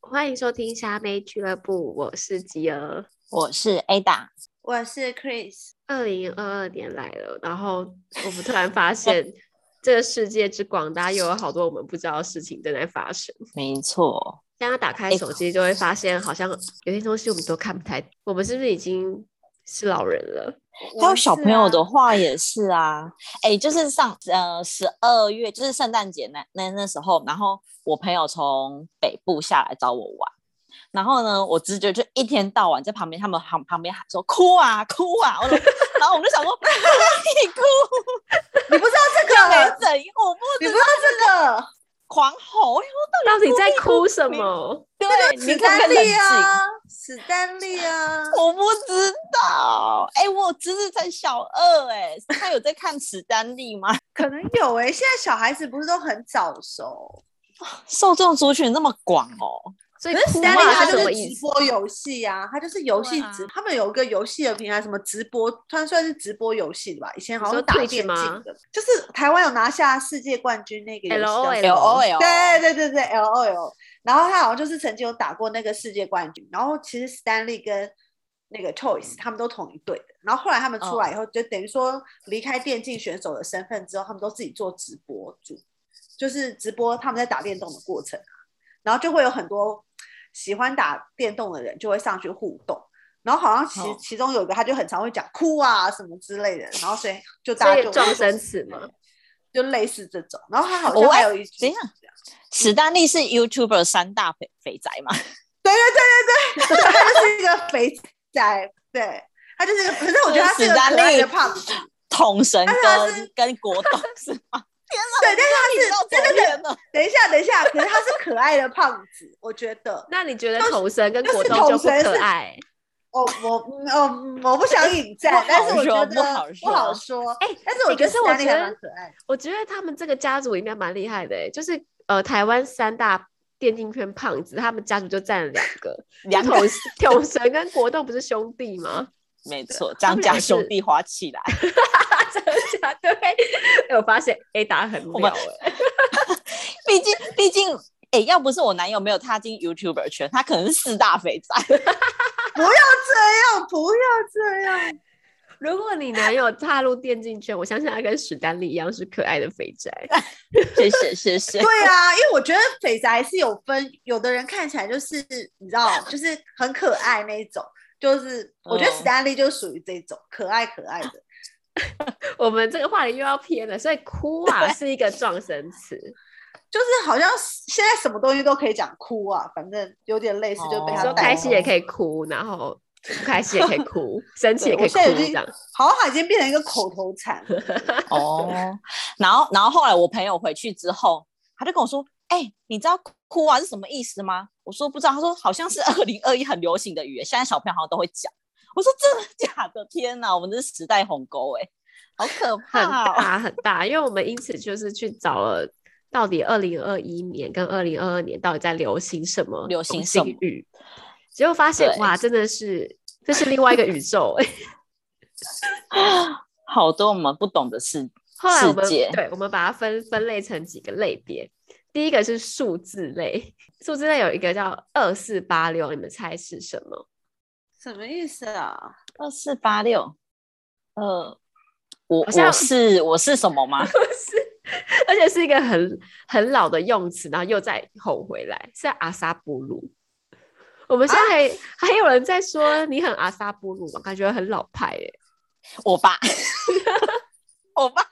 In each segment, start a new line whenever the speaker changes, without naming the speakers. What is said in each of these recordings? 欢迎收听虾妹俱乐部，我是吉儿。
我是 Ada，
我是 Chris，
二零二二年来了，然后我们突然发 现这个世界之广大，又有好多我们不知道的事情正在发生。
没错，
大家打开
哎
手机就会发现，好像有些东西我们都看不太。我们是不是已经是老人了？
还有小朋友的
我啊
话也是啊，哎、就是上呃十二月，就是圣诞节那那那时候，然后我朋友从北部下来找我玩，然后呢，我直觉就一天到晚在旁边，他们旁旁边喊说哭啊哭啊，我就然后我们就想说 你哭
是啊你不知道这
又没
个，
怎样，我不
你不知道
狂吼，
啊到底在哭什么？
对，
这个，
你可
史
不
丹
可以冷
利
静？
啊，史丹利啊，
我不知道，哎、我侄子才小二、哎，他有在看史丹利吗？
可能有哎、现在小孩子不是都很早熟？
受众族群那么广哦，
所以
可是
哭
史
啊
丹利他
是
就
什么
是
意
直
思？
播游戏啊，他就是游
对
戏
啊
直，他们有一个游戏的平台，什么直播，他算是直播游戏吧？以前好
你说
像打
Twitch
电竞
吗
的，就是台湾有拿下世界冠军那个游戏叫什
LOL
么
L O L，
对对对对，L O L。然后他好像就是曾经有打过那个世界冠军，然后其实 Stanley 跟那个 Choice 他们都同一队的。然后后来他们出来以后，就等于说离开电竞选手的身份之后，他们都自己做直播主，就是直播他们在打电动的过程啊。然后就会有很多喜欢打电动的人就会上去互动。然后好像其
哦
其中有一个他就很常会讲哭啊什么之类的，然后所以就大
所
家
以
就
撞哦生词吗？
就类似这种。然后他好
我
像还
哎
有一句
等
啊
一下史丹利是 YouTuber 三大肥肥宅嘛？
他就是一个肥宅，对他就是一个，可是我觉得他是一个
史丹
可爱
利
的胖子，
统神
但是他
跟跟国栋是吗？
对，但
你
是
到
他
昨
是对对对，
天了，
等一下等一下，可是他是可爱的胖子，我觉得
那你觉得
就是
口神跟
就是
果冻就不
口神
可
是
爱？
我我嗯嗯我不想引战，
不好
但是我觉
说
得
不好说
不好说，
哎
但是我觉
哎可
得
是
史
我
丹利
觉
还
得
蛮可爱的，
我觉得他们这个家族应该蛮厉害的、欸，就是呃，台湾三大电竞圈胖子，他们家族就占了两个，
两
统
口
统神跟国栋不是兄弟吗？
没错，
他
张
们俩
家
是
兄弟花起来，
啊真的假的？ 哎，我发现 A 打很
我
了
们
哎、欸，
毕竟毕竟。哎、要不是我男友没有踏进 YouTuber 圈，他可能是四大肥宅。
这样不要这样，
如果你男友踏入电竞圈，我相信他跟史丹利一样是可爱的肥 宅。
谢谢谢谢，
对啊，因为我觉得肥宅是有分，有的人看起来就是你知道，就是很可爱那一种。就是我觉得
嗯
史丹利就属于这种可爱可爱的，
我们这个话题又要偏了，所以哭啊是一个撞声词。
就是好像是现在什么东西都可以讲哭啊，反正有点类似，就
哦
被
你
他
说
带
开
动。
心也可以哭，然后不开心也可以哭，生气也可以
我
哭，
现在已经
这样。
好像已经变成一个口头禅了。
哦，然后然后后来我朋友回去之后，他就跟我说：“哎、你知道哭啊是什么意思吗？”我说：“不知道。”他说：“好像是二零二一很流行的语言，现在小朋友好像都会讲。”我说：“真的假的？天哪，我们这是时代鸿沟哎，好 可
很
怕、哦！
大很大，因为我们因此就是去找了到底二零二一年跟二零二二年到底在流行什么
流行
流
什么
行语，结果发现
对
哇，真的是这是另外一个宇宙。
好多我们不懂的事。
后来我们
世界
对我们把它分分类成几个类别，第一个是数字类，数字类有一个叫二四八六，你们猜是什么？
什么意思啊？
二四八六，呃，我
好像
我是我是什么吗？
是， 而且是一个很很老的用词，然后又再吼回来，是阿萨布鲁。我们现
啊
在还、还有人在说你很阿萨布鲁吗？感觉很老派耶、
我爸， 我爸，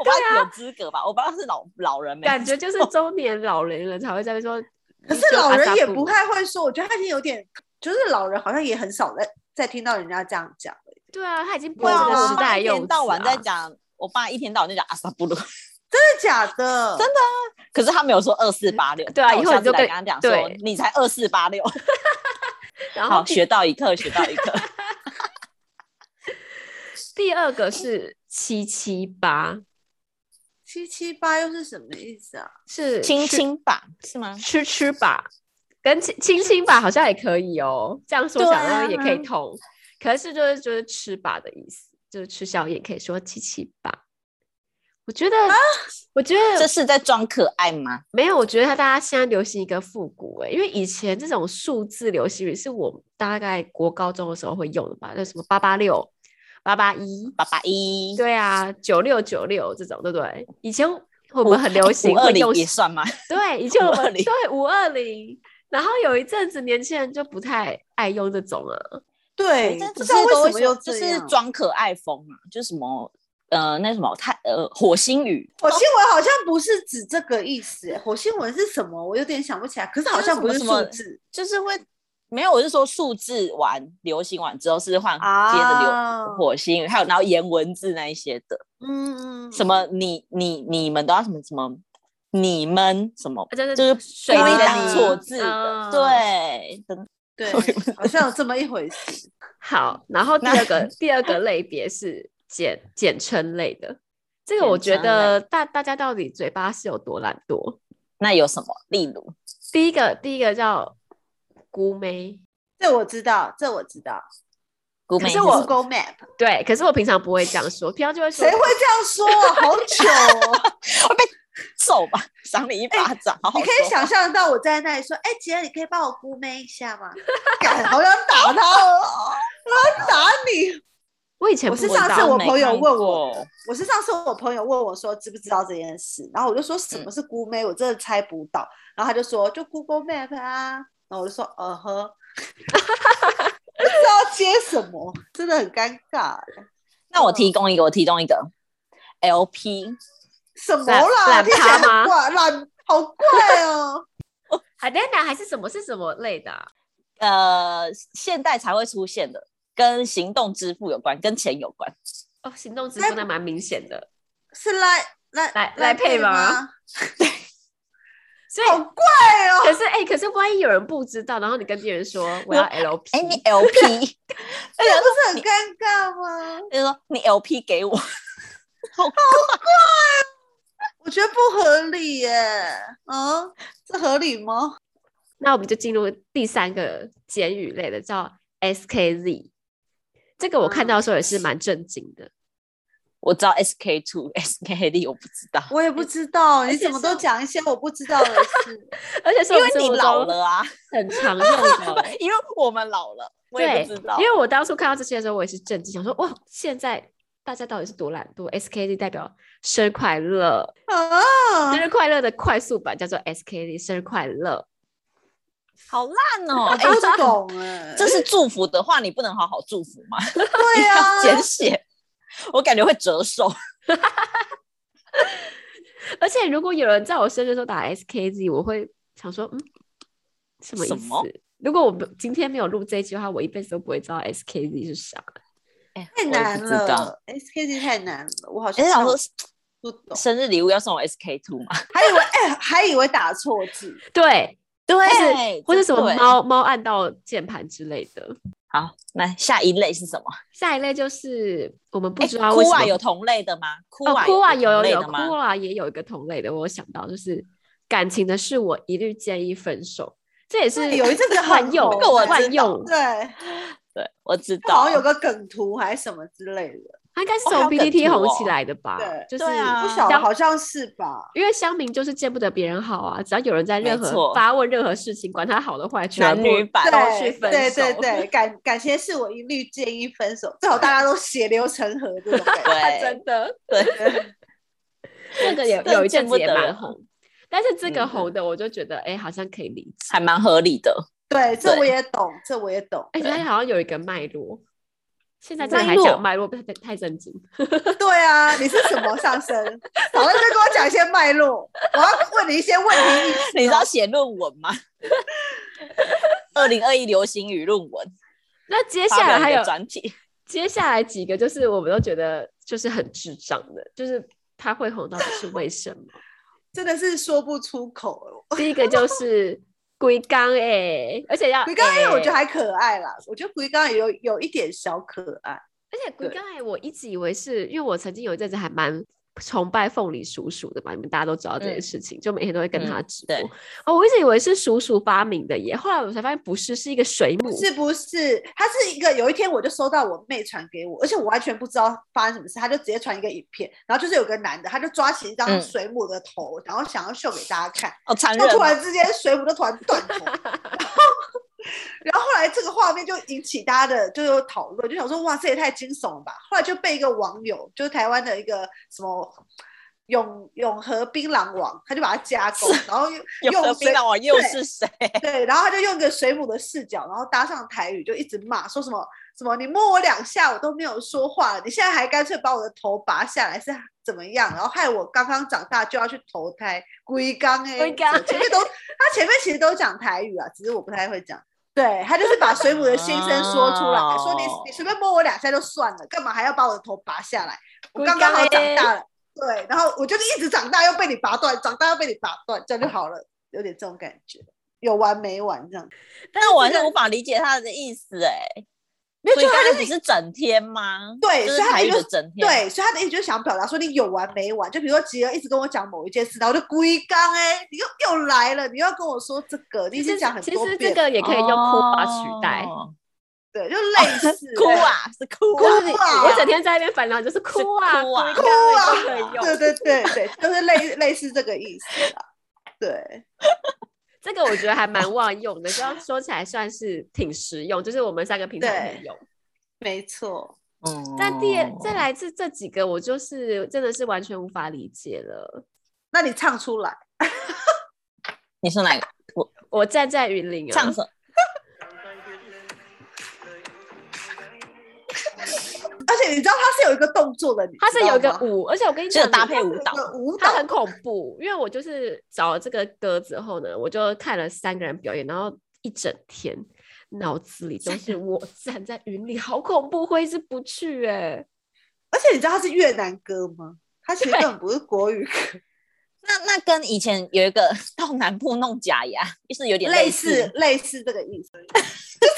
我爸
对啊
有资格吧？我爸是老老人没
感觉就是中年老年人才会在那边说。
可
你
是
就
老
阿
人
萨
也
布
不
鲁
太会说，我觉得他已经有点，就是老人好像也很少在在听到人家这样讲了。
对啊，他已经不
对
是
啊，
这个
我
时
爸
代
一
用
天
词、啊。
到晚在讲，我爸一天到晚在讲阿萨布鲁，
真的假的？真的？
可是他没有说二四八六。
对啊
那我
以后你
下次
就
来
跟
跟他讲说
对，
你才二四八六。
然后
好，学到一课，学到一课。
第二个是七七八，
七七八又是什么意思啊？
是
亲
吃
亲吧，是吗？
吃吃吧，跟亲亲亲吧好像也可以哦。这样说
对
想
啊
像也可以通，可是就是就是吃吧的意思，就是吃宵夜可以说七七吧。我觉得，我觉得
啊这是在装可爱吗？
没有，我觉得他大家现在流行一个复古哎、因为以前这种数字流行语是我大概国高中的时候会用的吧，那什么八八六、八八一，
八八一，
对啊，九六九六这种，对不对？以前我们很流行
五二
会
零
用
也算吗？
对，以前我们
520
对五二零，然后有一阵子年轻人就不太爱用这种了。
对
但，
不
这
知道
些
为
哎都
什
会
么
说
又
就
这
是
样。
装可爱风啊，就什么呃那什么太呃火星语，
火星文好像不是指这个意思，欸火星文是什么？我有点想不起来，可是好像不
就是
是
什
数
么
字
就是会没有，我是说数字完流行完之后是换
啊
接
啊
着流。火星语，还有然后颜文字那一些的，
嗯嗯，
什么你你你们都要什么什么你们什么
啊，真的
就是
水
故意
滴
打
答
错字
嗯
的，对，真的
对，好像有这么一回事。
好，然后第
那
二个第二个类别是简简称类的，这个我觉
简称类
得大大家到底嘴巴是有多懒惰？
那有什么？例如
第一个第一个叫姑妹，
这我知道，这我知道。
姑
可
妹
是我
Google Map，
对，可是我平常不会这样说，平常就会说
谁会这样说啊？好糗哦！
揍吧，赏你一巴掌， 好好
你可以
说
想象到我站在那里说：“哎、姐，你可以帮我姑妹一下吗？” 干，好想打他哦， 我要打你。
我以前
我
不
是
知
上次
道
我
没
朋友
看
问
过
我，我是上次我朋友问我说知不知道这件事，然后我就说什
嗯
么是姑妹，我真的猜不到。然后他就说就 Google Map 啊，然后我就说呃呵，不知道接什么，真的很尴尬。欸嗯
那我提供一个，我提供一个 LP，
什么
懒
啦？
懒
听起
趴
来
吗
很怪，懒好怪哦。
海南达还是什么是什么类的啊、
呃，现代才会出现的，跟行动支付有关，跟钱有关。
哦，行动支
来
付那蛮明显的，
是来来
来
来
来配吗
吗？
所
好
以
怪哦。
可是哎、可是万一有人不知道，然后你跟别人说我要 LP，
哎、你 LP，
这个不是很尴尬吗？
就说你 LP 给我，
我觉得不合理耶。嗯，这合理吗？
那我们就进入第三个简语类的，叫 SKZ。这个我看
嗯
到
啊
的时候也是蛮震惊的，
我知道 SK two、SK 力，我不知道，
我也不知道，你
且
怎么都
是
讲一些我不知道的事。
而且是
因
我
为
们生
你
活
老
中
了啊，
很常用 的。
因为我们老了，我也
对，
不知道
因。为我当初看到这些的时候，我也是震惊，想说哇，现在大家到底是多懒惰？SKZ 代表生日快乐，
啊
生，日快乐的快速版叫做 SKZ，生日快乐。
好烂哦、
我
哎
不懂哎。
这是祝福的话，你不能好好祝福吗？
对
要
啊呀，
简写，我感觉会折寿。
而且如果有人在我生日的时候打 SKZ，我会想说，嗯，什么意
什么
思？如果我不今天没有录这一句话，我一辈子都不会知道 SKZ 是啥。
哎
太难。
我也不知道哎
了，SKT 太难了，我好
只
像
是想说，
不懂，
生日礼物要送我 SK two 嘛？
还以为哎，还以为打错字。
对，
对
或者什么
对
猫猫按到键盘之类的。
好，那下一类是什么？
下一类就是我们不知
哎
道为
酷
什么
瓦有同类的吗？酷
哦，
瓦
酷啊有有
有同类
有，
的
酷
吗？
啊也有一个同类的，我有想到就是感情的事，我一律建议分手。这也是
对有一阵子很
万用，
红这个我知
万
道
用，
对，
对，我知道。
好像有个梗图还是什么之类的。
它应该是
哦还
从
有梗
PPT
图
红
哦
起来的吧？
对
就是
对啊
不晓得
像
好像是吧？
因为乡民就是见不得别人好啊，只要有人在任
没
何
错
发问任何事情，管他好的坏，全
男
部
女版
都
对
去分
对
手。
对对，感感情是我一律建议分手，最好大家都血流成河这种感觉。
啊
对
真的，
对
这个有
真的
有一阵
见不
子也
得
蛮
人
红，但是这个
嗯
红的我就觉得，哎、好像可以理解，
还蛮合理的。
对，这
对
我也懂，这我也懂。
而且哎它好像有一个脉络。现在这里
脉
还讲
络
脉络，不太太震惊。
对啊，你是什么上升？早上就跟我讲一些脉络，我要问你一些问题意识哦。
你知道写论文 吗？二零二一流行语论文，
那接
发
下来
表一
还
个
有
专题，
接下来几个，就是我们都觉得就是很智障的，就是它会红到底是为什 么？
真的是说不出口。
第一个就是龟缸哎，而且要
鬼刚因为我觉
欸
得还可爱啦，我觉得鬼刚也有有一点小可爱。
而且鬼
对
刚哎，我一直以为是因为我曾经有一阵子还蛮崇拜凤梨叔叔的嘛，你们大家都知道这
嗯
件事情，就每天都会跟他
嗯
直播。
对
哦，我一直以为是叔叔发明的耶，后来我才发现不是，是一个水母
不。是不是，他是一个有一天我就收到我妹传给我，而且我完全不知道发生什么事，他就直接传一个影片，然后就是有个男的，他就抓起一张
嗯
水母的头，然后想要秀给大家看，
哦，残
然
忍
后突
哦，
然之间水母就突然断 头，然后然后后来这个画面就引起大家的就有讨论，就想说哇这也太惊悚了吧，后来就被一个网友，就是台湾的一个什么。永永和槟榔王，他就把它加工，然后用
有
用
何
水
槟榔王又
对
是谁？
对，然后他就用个水母的视角，然后搭上台语，就一直骂，说什么什么你摸我两下，我都没有说话，你现在还干脆把我的头拔下来是怎么样？然后害我刚刚长大就要去投胎，龟缸哎，
龟缸
前 面都他前面其实都讲台语啊，只是我不太会讲。对他就是把水母的心声说出
哦
来，说你你随便摸我两下就算了，干嘛还要把我的头拔下来？我
龟
刚刚好
缸欸
长大了，对，然后我就是一直长大又被你拔断，长大又被你拔断，这样就好了，有点这种感觉。有完没完这样。
但是我还
这
是
个
无法理解他的意思哎、
没有
所以
就
刚才只是整天吗？
对
就
所
是
以他
台语
就
的整天。，
对，所以他的意思就是想表达说你有完没完。就比如说吉儿一直跟我讲某一件事，然后我就龟刚哎，你又又来了，你又要跟我说这个，你已
其
经
实
讲很
其
多
实
遍
这个也可以用哭啊取代，
哦
对，就
哦
类 似
哭，啊，是哭
哭
啊，
你
啊
我整天在那边烦恼就是哭啊
是哭啊
哭啊
哭啊
都可以用。
对对对对，就是类类似这个意思啦。对，
这个我觉得还蛮万用的，这样说起来算是挺实用，就是我们三个平常
对哦
没有。
没错，
嗯
但第二再来自这几个，我就是真的是完全无法理解了。
那你唱出来，
你说哪个？
我站在云林啊
唱，什么？
而且你知道他是有一个动作的，你
它是有一个
舞
舞，而且我跟你
只有
讲，
搭
你
配舞蹈，
舞蹈
它，很恐怖，因为我就是找了这个歌之后呢，我就看了三个人表演，然后一整天脑子里都是 我站在云里，好恐怖，挥之不去哎、
而且你知道他是越南歌吗？他其实根本不是国语歌，
那那跟以前有一个到南部弄假牙，就是有点
类
似
似。类似这个意思， 就是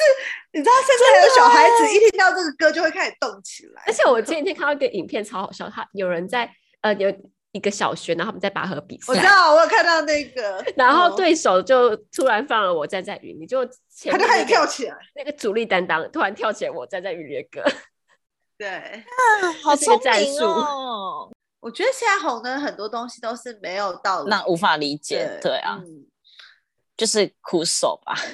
你知道现在还有小孩子一听到这个歌就会开始动起来
而，且我前几天看到一个影片，超好笑，他有人在呃有一个小学，然后他们在拔河比
我知
赛，
道我有看到那个，
然后
嗯，
对手就突然放了我站在云里，就前
他就
面
开始
那
跳
个
起来，
那个主力担当突然跳起来我站在云里的 歌，
对。
啊好
这是一
聪
个战
明哦！
我觉得现在红的很多东西都是没有道理，
那无法理解，对啊，
嗯
就是苦手吧。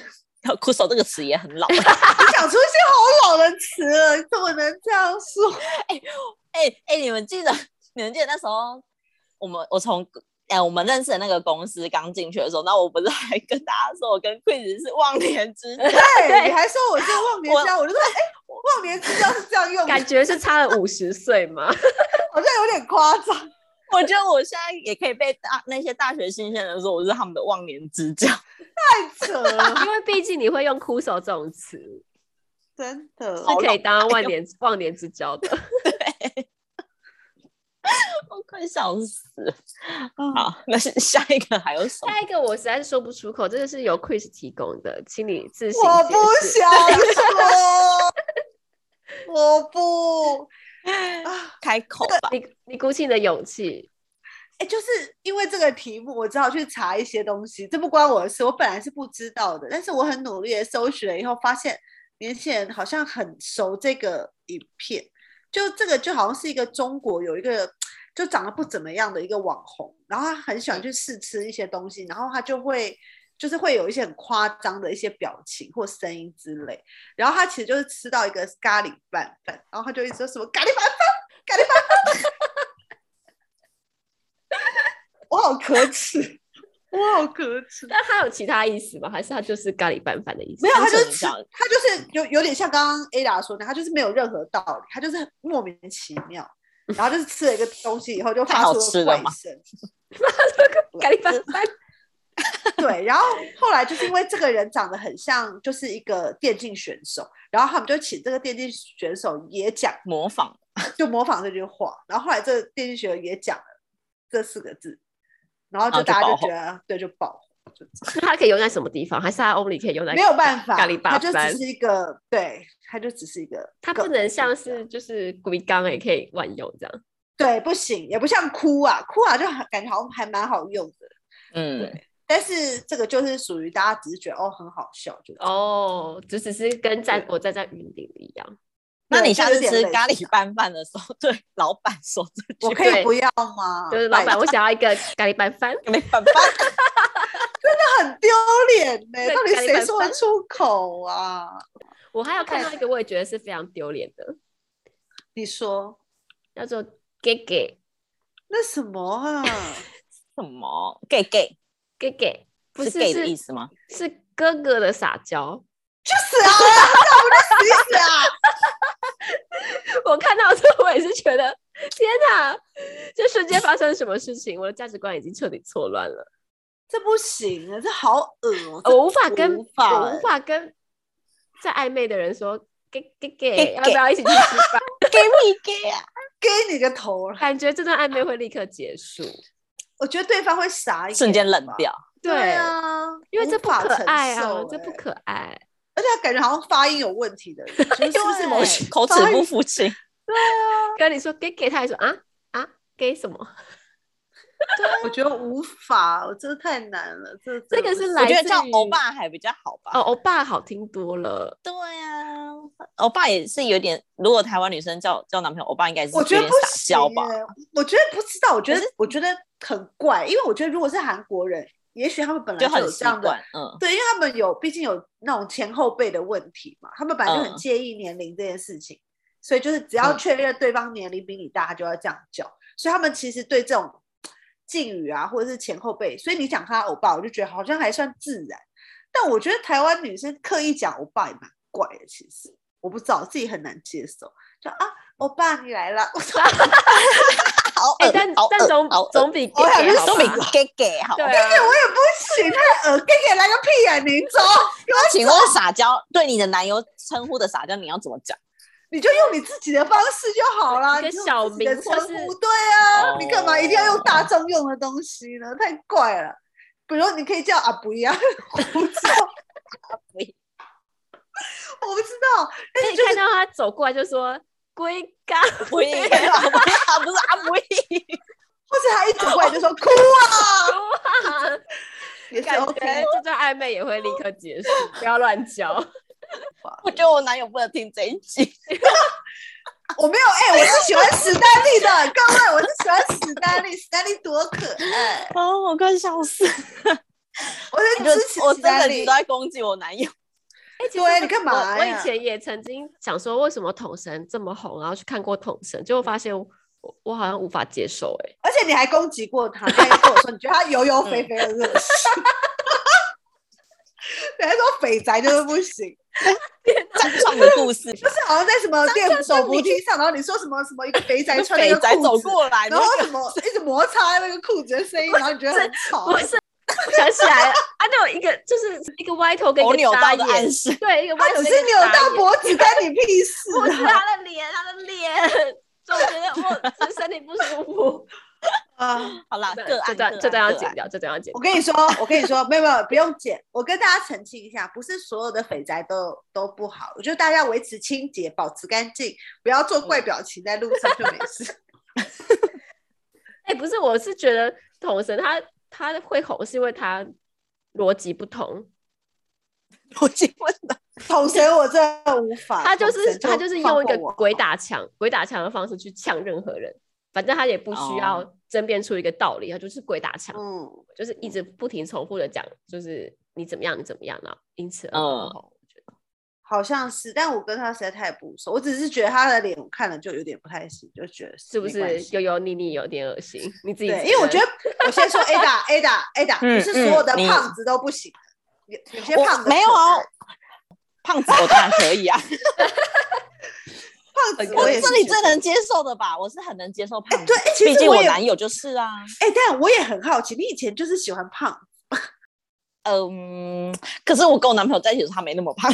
苦手这个词也很 老，
你讲出一些好老的词了，你怎么能这样 说？
哎、哎、你们记得 你们记得那时候我们我从哎、我们认识的那个公司刚进去的时候，那我不是还跟大家说我跟 Quiz 是忘年之 交，
对，
对
你还说我是忘年交，我就说，哎、忘年之交是这样用的，
感觉是差了五十岁嘛。
好像有点夸张。
我觉得我现在也可以被大那些大学新鲜人说我是他们的忘年之交，
太扯了，
因为毕竟你会用“哭手”这种词，是
真的。
好
可以当万年 忘年之交的。
我快笑死了。
嗯
好， 那是下一个还有什么？
下一个我实在是说不出口，这个是由 Chris 提供的，请你自行
我
解
不
释。
想说，我不。啊，
开口吧，
你你鼓起你的勇气，
哎、就是因为这个题目，我只好去查一些东西，这不关我的事，我本来是不知道的，但是我很努力的搜寻了以后，发现年轻人好像很熟这个影片，就这个就好像是一个中国有一个就长得不怎么样的一个网红，然后他很喜欢去试吃一些东西，然后他就会就是会有一些很夸张的一些表情或声音之类，然后他其实就是吃到一个咖喱拌饭，然后他就一直说什么咖喱拌饭，咖喱拌饭，我好可耻， 我好可耻。
但他有其他意思吗？还是他就是咖喱拌饭的意思？
没有，他就
单
是
纯
吃
讲
他就是有有点像刚刚 Ada 说的，他就是没有任何道理，他就是很莫名其妙，然后就是吃了一个东西以后就
太
发
好
出
吃
了
了
怪
嘛
声，
咖喱拌饭，
对，然后后来就是因为这个人长得很像就是一个电竞选手，然后他们就请这个电竞选手也讲，
模仿
就模仿这句话，然后后来这个电竞选手也讲了这四个字，然后
然
就
后就
大家
爆
就
红
觉得对就爆红，就这样
那他可以用在什么地方？还是他 only 可以用在
没有办法，
咖喱
他
拌
就
饭
只？是一个对，他就只是一个梗，
它不能像
这样
是就是龟缸也可以万用这样，
对，不行，也不像哭啊，哭啊就很感觉好像还蛮好用的，
嗯，
对但是这个就是属于大家只是觉得哦很好笑，就哦，
哦，就只是跟在我站在云顶一样。
那
对
你
这
下
有
次
点
吃
类
咖
似
喱拌饭的时候， 对老板说这句，
我可以
对
不要吗？
就是老
啊拜
板，我想要一个咖喱拌饭。
咖喱拌饭
托很丢脸呢，
对
到底
咖喱
谁
拌
说得
饭
出口啊？
我还有看到一个，我也觉得是非常丢脸的，
你说
叫做 “gay gay
那什么啊？
什 么 gay gay
gay gay”，不
是
是
gay 的意
是
思吗？
是哥哥的撒娇。
就是啊，那我就死一死啊！
我看到这，我也是觉得天哪，这瞬间发生什么事情？我的价值观已经彻底错乱了，呃
这不行啊，这好恶哦、
我无法跟
无法
我
欸
无法跟在暧昧的人说 “gay gay gay”，
gay
要不要一起去吃饭？
gay 屁 gay 啊！
给你个头了！
感觉这段暧昧会立刻结束。
我觉得对方会傻眼，
瞬间冷。掉。
对啊，
因为
无
这不
法
可
承
爱啊
受，
这不
欸，
可爱。
而且他感觉好像发音有问题的 人，
哎
就是是不是某些？
口齿不服气，
跟你说给给，他还说啊啊给什么？
我觉得无法，我真的太难了。这
这个是
我
来
觉
自
得叫
于
欧巴还比较好吧。
哦，，欧巴好听多了。
对啊，欧巴也是有点，如果台湾女生叫叫男朋友欧巴，应该是
我觉
有
得
点
不
撒
行
娇吧。
欸，我觉得不知道，我觉得我觉得很怪，因为我觉得如果是韩国人，也许他们本来
就很
有
习
这样的
惯， 嗯，
对，因为他们有毕竟有那种前后辈的问题嘛，他们本来就很
嗯
介意年龄这件事情，所以就是只要
嗯
确认对方年龄比你大，他就要这样叫。所以他们其实对这种敬语啊，或者是前后辈，所以你讲他欧巴，我就觉得好像还算自然。但我觉得台湾女生刻意讲欧巴也蛮怪的，其实我不知道，我自己很难接受。就啊，欧巴你来了，我说
好
哎，
恶
但
好
但
恶
总
好恶
总比给
呃我想
给
说
好
总
吧
比 gay gay 好。
对啊，
我也不行，太呃恶，给给来个屁呀、啊，你走，
请问撒娇对你的男友称呼的撒娇，你要怎么讲？
你就用你自己的方式就好啦，
一个
你用
小
自己的
名
称
或是
呼，对啊，
哦
你干嘛一定要用大众用的东西呢？太怪了。比如你可以叫阿不一样，我不知道，
不一
我不知道，但
可
是
以
就
看
是
到他走过来就说龟缸，
不一， 不是啊，不是啊，不一。
或是他一走过来就说哭啊， 也是
感
OK 啊
觉这段暧昧也会立刻结束，不要乱 交。哎
吧。
我觉得我男友不能听这一集。
我没有，哎、我是喜欢史丹利的，各位，我是喜欢史丹利，史丹利多可爱，
哦，我快笑死！
我是
就
支持
我
史
真
丹
的你
利
都。在攻击我男 友。
哎，其实
对
我
你干嘛
我我以
呀
前也曾经想说，为什么统神这么红，然后去看过统神，结果发现我我我好像无法接受。哎，
而且你还攻击过他，你还跟我说你觉得他油油肥肥的，是不是？你还说肥宅就是不行，
张创的故 事，
就是好像在什么电手扶梯上，然后你说什么什么一个肥宅穿那
肥
个
仔
裤
走
子，
过来，
然后什么一直摩擦那个裤子的声音，然后你觉得很吵
不。是， 我想起来了，啊，那有一个就是一个歪头跟
头
一
扭
个
到
眨
的暗
眼，
示，
对，一个
他
歪头
只
跟一
是
个
扭
眨
到
眼
脖子，关你屁
不是
事啊！
他的脸，他的脸，就我觉得我是身体不舒服。
啊
好啦，
对
个案
这段
个
这段要
案个
剪
案
掉，这段要剪
我
掉。
跟你说，我跟你说，没有没有，不用剪。我跟大家澄清一下，不是所有的肥宅都都不好。我觉得大家维持清洁，保持干净，不要做怪表情，在路上就没事。
哎、不是，我是觉得统神他他会红是因为他逻辑不同，
我结婚了，
捅神我真的无法，
他就
捅
是
啊神
他就是用一个
放过我
鬼打墙鬼打墙的方式去呛任何人，反正他也不需要争辩出一个道理，他就是鬼打墙，
哦嗯，
就是一直不停重复的讲，就是你怎么样你怎么样啊，因此而
嗯
红。我觉得
好像是，但我跟他实在太不熟，我只是觉得他的脸我看了就有点不太行，就觉得
是不
没关
是
系
油油腻腻有点恶心？你自己
对，因为我觉
得
得我先说 Ada Ada Ada，
嗯
不是所有的
嗯你
胖子都不行，有有些胖
我
子
没有
啊
啊，，胖子我当然可以啊，
胖子
我
我
也
是
是
你
觉
最
得
能接受的吧？我是很能接受胖子
哎对，，哎其
毕
实
竟我
也
男友就是啊，
哎，但我也很好奇，你以前就是喜欢胖，
嗯，可是我跟我男朋友在一起的时候，他没那么 胖。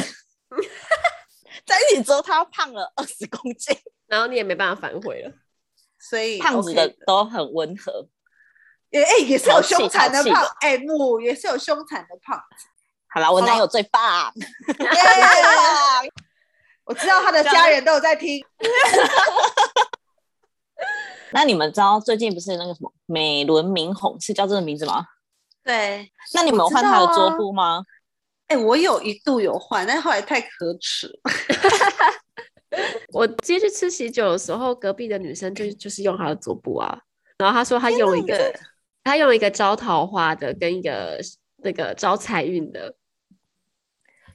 在一起之后，他胖了二十公斤。
然后你也没办法反悔了。
所以
胖子
嗯 OK
的都很温和，
也哎也是有
淘气
凶残的
淘气
胖，哎木也是有凶残的胖，
好啦，我
好
男
啦
友最棒，
耶我知道他的
这样
家人都有在听。
那你们知道最近不是那个什么美轮明宏是叫这个名字吗？
对，
那你们有
我知
换他的
道
桌
啊
布吗？
哎、我有一度有换，但后来太可耻了。
我今天去吃喜酒的时候，隔壁的女生就就是用她的桌布啊，然后她说她用一个，她用一个招桃花的跟一个那个招财运的，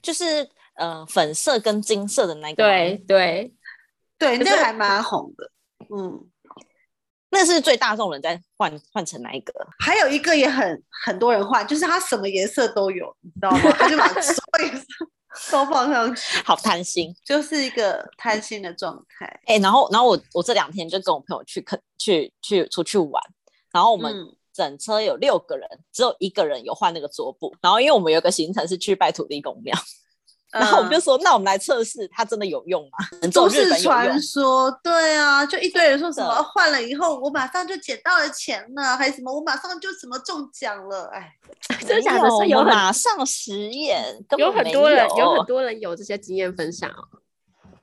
就是呃粉色跟金色的那个，
对，对，
对，
可
那
是
个还蛮红的。嗯，
那是最大众人在换换成哪一个？
还有一个也很很多人换，就是它什么颜色都有，你知道吗？他 就把所有颜色都放上去，
好贪心
就是一个贪心的状态。
哎、然后然后我我这两天就跟我朋友去肯去去出去玩，然后我
我
们整车有六个人，只有一个人有换那个桌布。然后因为我们有个行程是去拜土地公庙，然后我们就说，那我们来测试它真的有用吗？
嗯都
只有日
市
本有用
传。说，对啊，就一堆人说什
真的
么换了以后我马上就捡到了钱了，还什么我马上就什么中奖了，哎，
真的假的？
没有
是有
我们
很
马上实验，根
有
本
很
没
多人有
有
很多人有这些经验分享哦，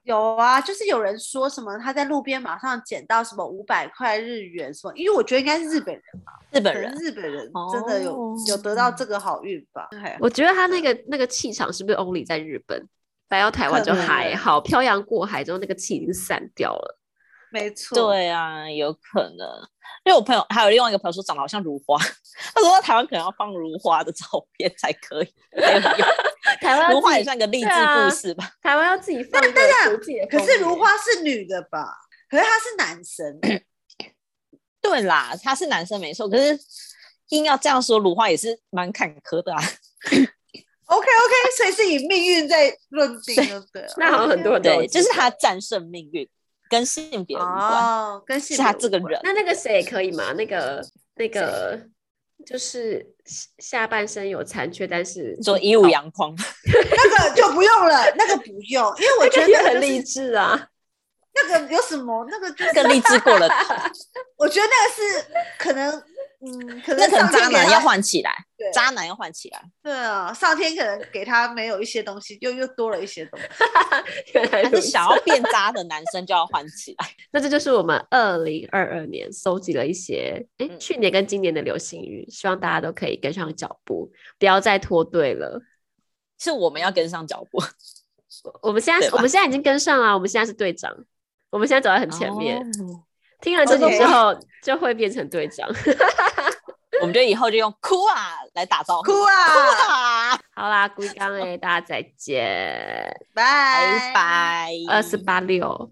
有啊，就是有人说什么他在路边马上捡到什么五百块日元什么，因为我觉得应该是日本人，
日本
可能
人，
日本人真的有、
哦
有得到这个好运吧。哎
我觉得他那个那个气场是不是 only 在日本？来到台湾就
可能
还好，漂洋过海之后那个气已经散掉了。
没错，，
对啊，有可能。因为我朋友还有另外一个朋友说长得好像如花， 他说台湾可能要放如花的照片才可以，才有用
台湾要
如花
自
也
己
算个励志
对啊
故事吧。
台湾要自己放一个国际的
可
风
是如
格
花是女的吧？可是他是男生，
对啦，他是男生没错，可是硬要这样说，如花也是蛮坎坷的啊。
OK OK，所以是以命运在论定就对了。
那好像很多人都有
对，
这
就是
个
他战胜命运，跟性别无关，
哦，跟性
是他
别
这
无
个
关
人。
那那个谁可以吗？那个那个就是下下半身有残缺，但是
说一五阳光，
那个就不用了，那个不用，因为我觉
那
得
个也
那个
很
就是
励志啊。
那个有什么？那个就是
更励志过了头。
我觉得那个是可能，嗯，可
那可能
能上
渣
天给
男要
他，
换起来
对，
渣男要换起来。
对啊，上天可能给他没有一些东西，又又多了一些东西。
原来
但
如
是
此，
想要变渣的男生就要换起来。
那这就是我们二零二二年搜集了一些，哎、
嗯
去年跟今年的流行语，希望大家都可以跟上脚步，不要再拖队了。
是我们要跟上脚 步，
我我们现在
对吧
我们现在已经跟上了，我们现在是队长，我们现在走在很前面。
哦
听了这集
OK
之后， 就会变成队长。
我们就以后就用哭啊来打招呼，
哭啊，
啊，
好啦，龟缸哎，大家再见，
拜
拜拜，
二四八六。